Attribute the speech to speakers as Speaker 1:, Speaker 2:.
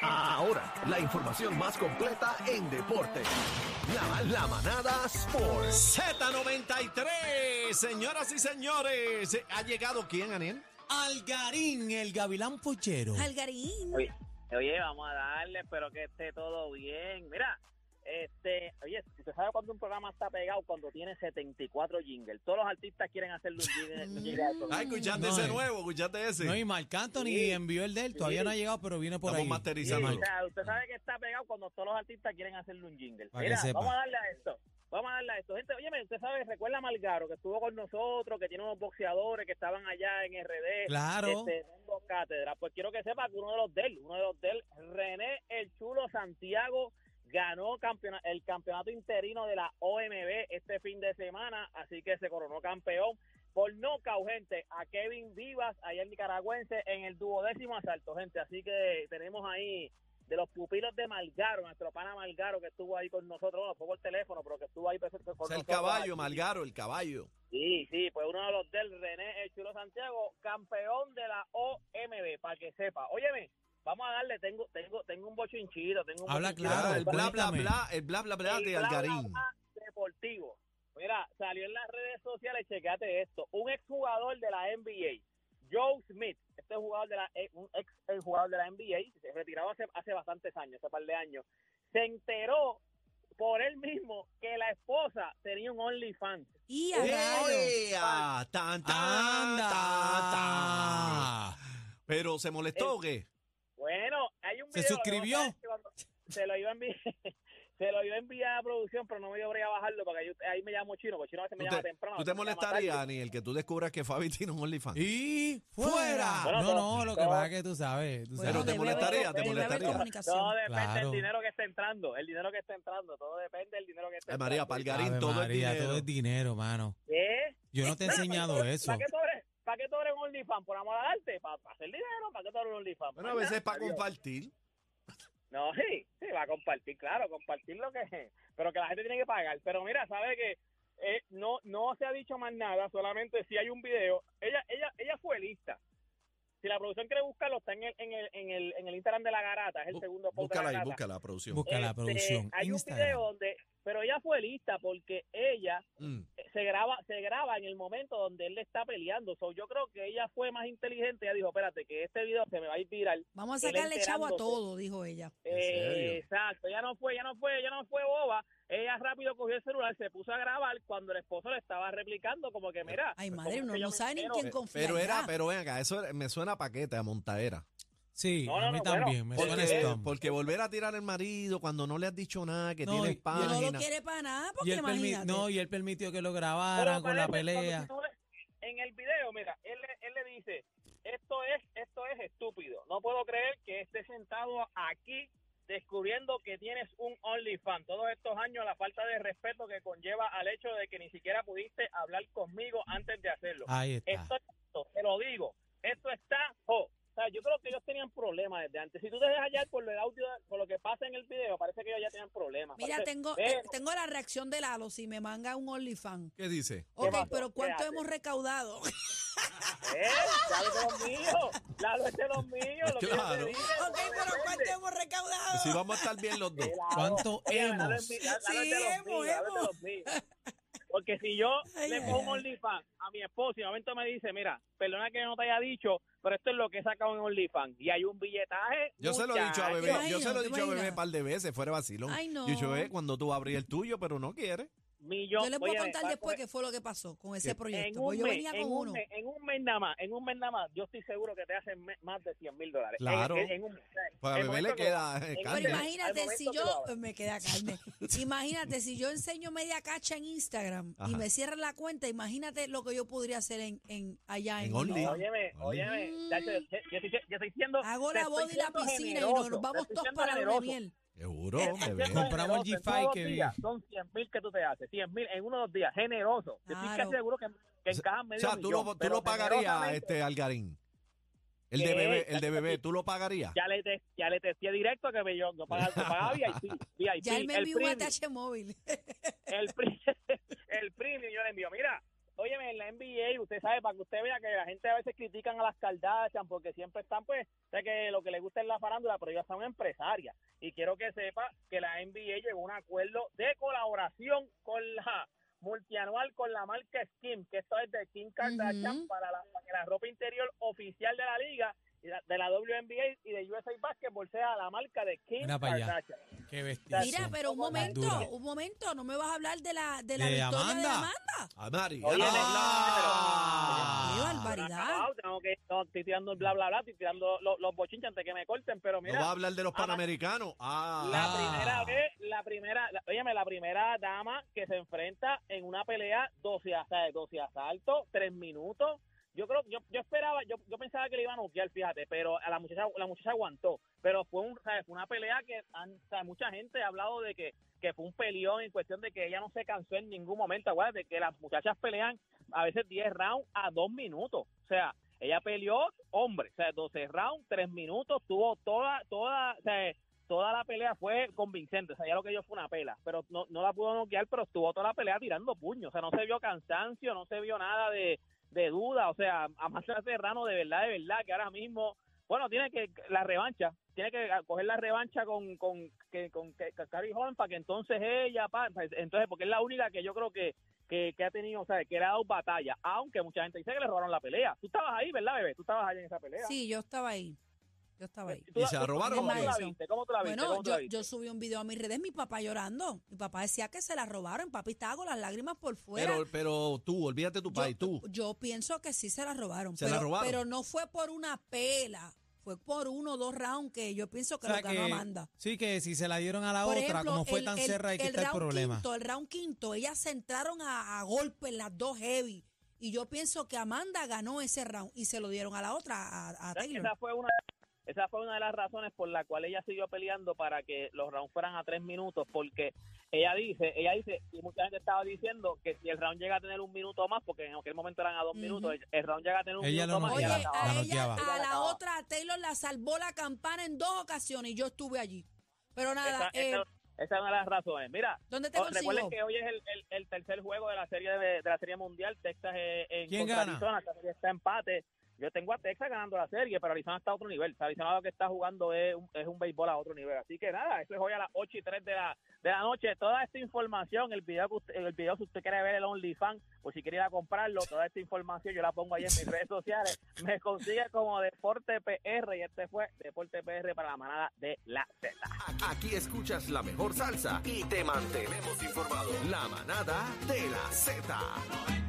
Speaker 1: hora, la información más completa en deporte. La, la manada Sports.
Speaker 2: Z93, señoras y señores. ¿Ha llegado quién, Aniel?
Speaker 3: Algarín, el gavilán pochero.
Speaker 4: Algarín.
Speaker 5: Oye, oye, vamos a darle, espero que esté todo bien. Mira, este, oye, ¿tú sabes cuando un programa está pegado? Cuando tiene 74 jingles. Todos los artistas quieren hacerle un jingle. un jingle a eso.
Speaker 2: Ay, escuchate
Speaker 3: No,
Speaker 2: Ah, ese
Speaker 3: eh.
Speaker 2: nuevo, escuchate ese.
Speaker 3: No, y Marc Anthony envió el de él, todavía no ha llegado, pero viene por
Speaker 2: Estamos
Speaker 3: ahí.
Speaker 5: Sí,
Speaker 2: masterizando.
Speaker 5: o sea, usted sabe que está pegado cuando todos los artistas quieren hacerle un jingle.
Speaker 3: Pa' que
Speaker 5: Mira,
Speaker 3: sepa.
Speaker 5: vamos a darle a esto. Vamos a darle a esto. Gente, oye, usted sabe, recuerda a Malgaro que estuvo con nosotros, que tiene unos boxeadores que estaban allá en RD.
Speaker 3: Claro.
Speaker 5: Este, dando cátedra. Pues quiero que sepa que uno de los del, uno de los del, René El Chulo Santiago, ganó campeona- el campeonato interino de la OMB este fin de semana, así que se coronó campeón por nocaut, gente, a Kevin Vivas, ayer nicaragüense, en el duodécimo asalto, gente. Así que tenemos ahí de los pupilos de Malgaro, nuestro pana Malgaro que estuvo ahí con nosotros, bueno, fue por teléfono, pero que estuvo ahí presente con
Speaker 2: Es el
Speaker 5: nosotros
Speaker 2: caballo,
Speaker 5: aquí.
Speaker 2: Malgaro, el caballo.
Speaker 5: Sí, sí, pues uno de los del René El Chulo Santiago, campeón de la OMB, para que sepa. Óyeme, vamos a darle, tengo tengo tengo un bochinchito, tengo un
Speaker 3: Habla
Speaker 5: bochinchito.
Speaker 3: Claro,
Speaker 2: el bla, bla,
Speaker 3: cuéntame.
Speaker 2: bla, el bla, bla, bla
Speaker 5: El
Speaker 2: de
Speaker 5: bla, bla,
Speaker 2: Algarín.
Speaker 5: bla deportivo. Mira, salió en las redes sociales, checate esto, un exjugador de la NBA, Joe Smith, este jugador de la un ex jugador de la NBA, se retirado hace, hace bastantes años, hace par de años, se enteró por él mismo que la esposa tenía un OnlyFans.
Speaker 4: Y a rayos.
Speaker 2: ¡Ea! ¡Tan, tan, tan, tan!
Speaker 3: ¡Anda!
Speaker 2: ¿Pero se
Speaker 5: Eh,
Speaker 2: molestó o qué?
Speaker 5: Bueno, hay un
Speaker 3: ¿Se
Speaker 5: video, lo que
Speaker 3: suscribió?
Speaker 5: pasa es que cuando- Se lo iba a enviar, se lo iba a enviar a producción, pero no me dio brea bajarlo porque ahí- ahí me llamo chino, porque chino a veces me
Speaker 2: ¿Tú
Speaker 5: llama
Speaker 2: te,
Speaker 5: temprano.
Speaker 2: tú te
Speaker 5: a veces me llama
Speaker 2: molestarías,
Speaker 5: tarde.
Speaker 2: Aniel, que tú descubras que Fabi tiene un OnlyFans?
Speaker 3: Y fuera.
Speaker 5: Bueno,
Speaker 3: no,
Speaker 5: pero-
Speaker 3: no, lo que
Speaker 5: pero-
Speaker 3: pasa es que tú sabes. Tú
Speaker 4: Bueno,
Speaker 2: Pero te
Speaker 3: sabes.
Speaker 4: debe
Speaker 2: molestaría, te
Speaker 4: haber- debe haber
Speaker 2: molestaría.
Speaker 4: comunicación.
Speaker 5: Todo depende
Speaker 3: Claro.
Speaker 5: del dinero que esté entrando, el dinero que esté entrando, todo depende del dinero que esté
Speaker 2: Ay, María,
Speaker 5: entrando.
Speaker 2: pa'l gar- Algarín,
Speaker 3: Ave
Speaker 2: todo es
Speaker 3: María,
Speaker 2: dinero.
Speaker 3: todo es dinero, mano.
Speaker 5: ¿Qué? pues,
Speaker 3: Yo no te he enseñado eso.
Speaker 5: ¿Para qué tú eres? ¿Para qué tú eres un OnlyFans? ¿Por amor al arte? ¿Para, hacer dinero? ¿Para qué tú eres un OnlyFans?
Speaker 2: Bueno, a
Speaker 5: Para
Speaker 2: veces es
Speaker 5: nada,
Speaker 2: para
Speaker 5: Dios.
Speaker 2: compartir.
Speaker 5: No, sí, sí, va a compartir, claro, compartir lo que pero que la gente tiene que pagar. Pero mira, sabe que eh, no no se ha dicho más nada, solamente si hay un video. Ella ella ella fue lista. Si la producción quiere buscarlo, está en el, en el, en el, en el Instagram de la garata, es el
Speaker 2: Bú-
Speaker 5: segundo post de la
Speaker 2: Búscala ahí,
Speaker 5: garata. Este,
Speaker 2: búscala, producción.
Speaker 3: Busca la producción.
Speaker 5: Hay
Speaker 3: Instagram.
Speaker 5: un video donde, pero ella fue lista porque ella eh,
Speaker 2: Mm.
Speaker 5: se graba se graba en el momento donde él le está peleando. So, yo creo que ella fue más inteligente. Ella dijo, espérate, que este video se me va a ir viral.
Speaker 4: Vamos a
Speaker 5: Él
Speaker 4: sacarle chavo a
Speaker 5: enterándose.
Speaker 4: todo, dijo ella.
Speaker 2: ¿En serio?
Speaker 5: Eh, Exacto, ya no fue, ya no fue, ya no fue boba. Ella rápido cogió el celular, se puso a grabar cuando el esposo le estaba replicando como que mira.
Speaker 4: Ay,
Speaker 5: pues,
Speaker 4: madre,
Speaker 5: ¿cómo
Speaker 4: uno
Speaker 5: es que yo
Speaker 4: no
Speaker 5: me
Speaker 4: sabe ni en
Speaker 5: entero?
Speaker 4: quién
Speaker 2: Eh,
Speaker 4: confiar.
Speaker 2: Pero
Speaker 4: ya.
Speaker 2: era, pero ven acá, eso era- me suena a paquete, a montadera.
Speaker 3: Sí,
Speaker 5: No,
Speaker 3: a
Speaker 5: no,
Speaker 3: mí
Speaker 5: no,
Speaker 3: también.
Speaker 5: bueno,
Speaker 3: me suena
Speaker 2: Porque,
Speaker 3: esto.
Speaker 2: porque volver a tirar el marido cuando no le has dicho nada, que
Speaker 3: No, y-
Speaker 2: tienes
Speaker 3: y el-
Speaker 4: no lo
Speaker 2: página.
Speaker 4: quiere para nada,
Speaker 3: Y
Speaker 4: porque
Speaker 3: él, permi-
Speaker 4: imagínate.
Speaker 3: no, y él permitió que lo
Speaker 5: Pero
Speaker 3: grabaran con la
Speaker 5: aparece cuando
Speaker 3: pelea.
Speaker 5: tú ves En el video, mira, él, le- él le dice, esto es, esto es estúpido. No puedo creer que esté sentado aquí descubriendo que tienes un OnlyFans. Todos estos años la falta de respeto que conlleva al hecho de que ni siquiera pudiste hablar conmigo antes de hacerlo.
Speaker 3: Ahí está.
Speaker 5: Esto, esto, te lo digo, esto está jo. O sea, yo creo que ellos tenían problemas desde antes. Si tú te dejas hallar por el audio, por lo que pasa en el video, parece que ellos ya tenían problemas.
Speaker 4: Mira,
Speaker 5: Parece-
Speaker 4: tengo,
Speaker 5: Pero-
Speaker 4: eh, tengo la reacción de Lalo si me manga un OnlyFans.
Speaker 2: ¿Qué dice?
Speaker 4: Ok,
Speaker 5: pasó?
Speaker 4: pero
Speaker 5: ¿Qué
Speaker 4: ¿cuánto
Speaker 5: hace?
Speaker 4: hemos recaudado?
Speaker 5: ¿Eh? Lalo es de los míos. Lalo es de los míos. Lo que yo te
Speaker 2: Claro.
Speaker 5: dije,
Speaker 4: ok, pero ¿cuánto
Speaker 5: depende.
Speaker 4: hemos recaudado?
Speaker 2: Si vamos a estar bien los dos.
Speaker 5: Lalo,
Speaker 3: ¿Cuánto
Speaker 5: oye, Lalo
Speaker 3: hemos?
Speaker 5: es mi- Lalo es de
Speaker 4: Sí,
Speaker 5: los míos,
Speaker 4: hemos,
Speaker 5: Lalo es de los míos. Porque si yo
Speaker 4: Ay,
Speaker 5: le
Speaker 4: ay,
Speaker 5: pongo un
Speaker 4: ay.
Speaker 5: OnlyFans a mi esposo y de momento me dice, mira, perdona que no te haya dicho, pero esto es lo que he sacado en OnlyFans. Y hay un billetaje.
Speaker 2: Yo se lo he dicho a
Speaker 5: muchacho.
Speaker 2: bebé, yo se lo he
Speaker 4: ¿Te
Speaker 2: dicho a bebé
Speaker 4: imaginas?
Speaker 2: un par de veces, fuera vacilón.
Speaker 4: Ay, no.
Speaker 2: Yo he dicho, bebé, cuando tú abrí el tuyo, pero no quieres.
Speaker 5: Millón.
Speaker 4: Yo les voy
Speaker 5: Oye,
Speaker 4: a contar
Speaker 5: va
Speaker 4: después
Speaker 5: coger-
Speaker 4: qué fue lo que pasó con ese
Speaker 2: En
Speaker 4: proyecto.
Speaker 5: en un,
Speaker 4: Pues yo
Speaker 5: mes,
Speaker 4: venía
Speaker 5: en
Speaker 4: con
Speaker 5: un
Speaker 4: uno.
Speaker 5: mes, en un mes nada más, en un mes nada más, yo estoy seguro que te hacen me- más de 100 mil dólares. En-
Speaker 2: Claro.
Speaker 5: En, en un mes.
Speaker 2: Pues a
Speaker 5: El
Speaker 2: bebé le
Speaker 5: momento que-
Speaker 2: queda eh,
Speaker 5: el
Speaker 2: carne.
Speaker 4: Pero
Speaker 5: momento- al
Speaker 4: imagínate
Speaker 5: momento
Speaker 4: si
Speaker 5: que
Speaker 4: yo eh,
Speaker 5: lo abres.
Speaker 4: me queda carne. Imagínate si yo enseño media cacha en Instagram y
Speaker 2: Ajá.
Speaker 4: me cierran la cuenta, imagínate lo que yo podría hacer en, en allá en,
Speaker 2: En Only.
Speaker 4: Instagram.
Speaker 5: Óyeme,
Speaker 2: Ole.
Speaker 5: óyeme, chacho, yo, yo estoy, yo estoy siendo.
Speaker 4: Hago
Speaker 5: te
Speaker 4: la
Speaker 5: estoy
Speaker 4: boda y la
Speaker 5: siendo
Speaker 4: piscina y
Speaker 5: generoso,
Speaker 4: nos
Speaker 5: te
Speaker 4: vamos
Speaker 5: estoy
Speaker 4: todos
Speaker 5: siendo
Speaker 4: para la
Speaker 5: generoso.
Speaker 4: miel.
Speaker 2: Seguro,
Speaker 5: Te estoy
Speaker 2: bebé.
Speaker 5: siendo
Speaker 3: Compramos el
Speaker 5: generoso, en
Speaker 3: G5
Speaker 5: todos
Speaker 3: que
Speaker 5: los días Son 100 mil que tú te haces, 100 mil en uno de los días, generoso. Yo estoy
Speaker 4: Claro.
Speaker 5: casi seguro que, que encajan
Speaker 2: O
Speaker 5: medio
Speaker 2: sea, tú
Speaker 5: millón,
Speaker 2: lo, tú
Speaker 5: pero
Speaker 2: lo pagarías,
Speaker 5: generosamente,
Speaker 2: este Algarín. El de
Speaker 5: ¿Qué?
Speaker 2: bebé, el de bebé, tú lo pagarías.
Speaker 5: Ya le, te- ya le testé directo que me yo, yo pagaba, yo pagaba VIP, VIP.
Speaker 4: Ya él me
Speaker 5: el
Speaker 4: envió un
Speaker 5: premium.
Speaker 4: atache móvil.
Speaker 5: el, pri- el premium yo le envío, mira, Óyeme, en la NBA, usted sabe, para que usted vea que la gente a veces critican a las Kardashian porque siempre están, pues, sé que lo que les gusta es la farándula, pero ellas son empresarias. Y quiero que sepa que la NBA llegó a un acuerdo de colaboración con la multianual con la marca Skin, que esto es de Kim Kardashian
Speaker 4: Ujú.
Speaker 5: para, la, para que la ropa interior oficial de la liga, y la- de la WNBA y de USA Basketball sea la marca de Kim
Speaker 3: Mira para allá.
Speaker 5: Kardashian.
Speaker 3: Qué bestia.
Speaker 4: Mira, pero un momento,
Speaker 3: Dura.
Speaker 4: un momento, no me vas a hablar de la, de la
Speaker 3: ¿De
Speaker 4: victoria de
Speaker 3: Amanda?
Speaker 4: Amanda.
Speaker 2: A Ah, Mari.
Speaker 5: Oye,
Speaker 4: Qué
Speaker 2: Ah.
Speaker 5: No, no,
Speaker 4: barbaridad.
Speaker 5: no, tengo que- no, estoy tirando el bla bla bla, estoy tirando los, los bochinches antes que me corten, pero
Speaker 2: No
Speaker 5: mira,
Speaker 2: va a hablar de los panamericanos. Ah.
Speaker 5: la primera vez, la primera, la- óyeme, la primera dama que se enfrenta en una pelea 12, asa- 12 asaltos, 3 minutos. Yo creo, yo, yo esperaba, yo, yo pensaba que le iban a noquear, fíjate, pero a la muchacha, la muchacha aguantó. Pero fue un, ¿sabes? fue una pelea que han- o sea, mucha gente ha hablado de que, que fue un peleón en cuestión de que ella no se cansó en ningún momento. Acuérdate que las muchachas pelean a veces 10 rounds a 2 minutos. O sea, ella peleó, hombre, o sea, 12 rounds, 3 minutos, tuvo toda, toda, o sea, toda la pelea fue convincente, o sea, ya lo que yo fue una pela, pero no, no la pudo noquear, pero estuvo toda la pelea tirando puños, o sea, no se vio cansancio, no se vio nada de, de duda, o sea, Amanda Serrano de verdad, de verdad, que ahora mismo, bueno, tiene que, la revancha, tiene que coger la revancha con, con, que, con, que- con Carrie Holland para que entonces ella, pa- pa- entonces, porque es la única que yo creo que, que, que ha tenido, o sea, que le ha dado batalla, aunque mucha gente dice que le robaron la pelea, tú estabas ahí, ¿verdad, bebé? Tú estabas ahí en esa pelea. Eh,
Speaker 4: Sí, yo estaba ahí. Yo estaba ahí.
Speaker 5: ¿Tú la-
Speaker 2: ¿Y se la
Speaker 5: tú-
Speaker 2: robaron
Speaker 5: ¿Cómo
Speaker 4: o
Speaker 5: tú
Speaker 4: qué?
Speaker 5: la viste? ¿Cómo tú la viste?
Speaker 4: Bueno,
Speaker 5: ¿Cómo tú la
Speaker 4: yo,
Speaker 5: viste?
Speaker 4: yo subí un video a mis redes, mi papá llorando. Mi papá decía que se la robaron, papi estaba con las lágrimas por fuera.
Speaker 2: Pero, pero tú, olvídate de tu país, tú.
Speaker 4: yo pienso que sí se la robaron.
Speaker 2: Se
Speaker 4: pero,
Speaker 2: la robaron.
Speaker 4: pero no fue por una pela, fue por uno o dos rounds que yo pienso que
Speaker 3: O sea
Speaker 4: lo ganó
Speaker 3: que-
Speaker 4: Amanda.
Speaker 3: Sí, que si se la dieron a la
Speaker 4: Por
Speaker 3: otra,
Speaker 4: ejemplo,
Speaker 3: como fue
Speaker 4: el-
Speaker 3: tan
Speaker 4: el-
Speaker 3: cerrada, ahí que
Speaker 4: el
Speaker 3: está el
Speaker 4: round
Speaker 3: problema.
Speaker 4: Quinto, el round quinto, ellas se entraron a, a golpes las dos heavy. Y yo pienso que Amanda ganó ese round y se lo dieron a la otra, a, a
Speaker 5: ¿Sabes que
Speaker 4: Taylor.
Speaker 5: Esa fue, una, esa fue una de las razones por la cual ella siguió peleando para que los rounds fueran a tres minutos, porque ella dice, ella dice, y mucha gente estaba diciendo que si el round llega a tener un minuto más, porque en aquel momento eran a dos
Speaker 4: Ujú.
Speaker 5: minutos, el, el round llega a tener un
Speaker 3: Ella
Speaker 5: minuto
Speaker 3: lo
Speaker 5: más.
Speaker 4: Oye,
Speaker 5: y
Speaker 3: noquea.
Speaker 5: la
Speaker 3: La
Speaker 4: a ella,
Speaker 5: acababa.
Speaker 3: noqueaba.
Speaker 4: a la
Speaker 5: acababa.
Speaker 4: otra, a Taylor la salvó la campana en dos ocasiones y yo estuve allí. Pero nada,
Speaker 5: Esa,
Speaker 4: eh,
Speaker 5: esa- esa es una de las razones. Mira,
Speaker 4: ¿dónde te
Speaker 5: oh,
Speaker 4: consiguió?
Speaker 5: recuerden que hoy es el, el- el tercer juego de la serie de, de la serie mundial. Texas eh, en
Speaker 3: ¿Quién
Speaker 5: contra
Speaker 3: gana?
Speaker 5: Arizona. Esta serie está empate. Yo tengo a Texas ganando la serie, pero Arizona está a otro nivel. O sea, Arizona lo que está jugando es un, es un béisbol a otro nivel. Así que nada, eso es hoy a las 8 y 3 de la, de la noche. Toda esta información, el video que usted, el video si usted quiere ver el OnlyFans, o si quiere ir a comprarlo, toda esta información yo la pongo ahí en mis redes sociales. Me consigue como Deporte PR y este fue Deporte PR para la manada de la Z.
Speaker 1: Aquí, aquí escuchas la mejor salsa y te mantenemos informado. La manada de la Z.